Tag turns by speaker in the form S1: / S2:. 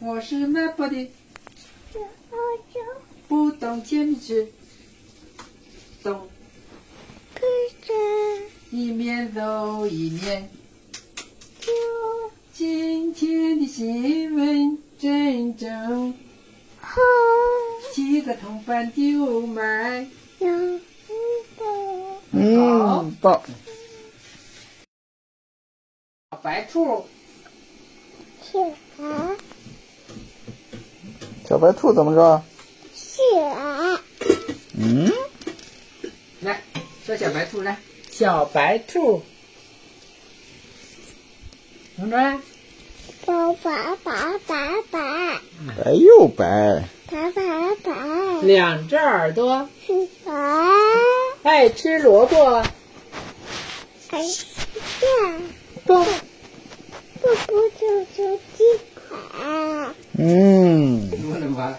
S1: 我是 my body，不懂坚持，懂一面走一面。今天的新闻真正几个同伴丢埋。
S2: 嗯，宝，
S1: 白兔
S2: 小白兔怎么说？嗯，
S1: 来说小白兔来，
S3: 小白兔，怎么着？
S2: 白又白，
S3: 两只耳朵，爱吃萝卜，蹦
S2: 嗯，嗯
S1: 我的妈！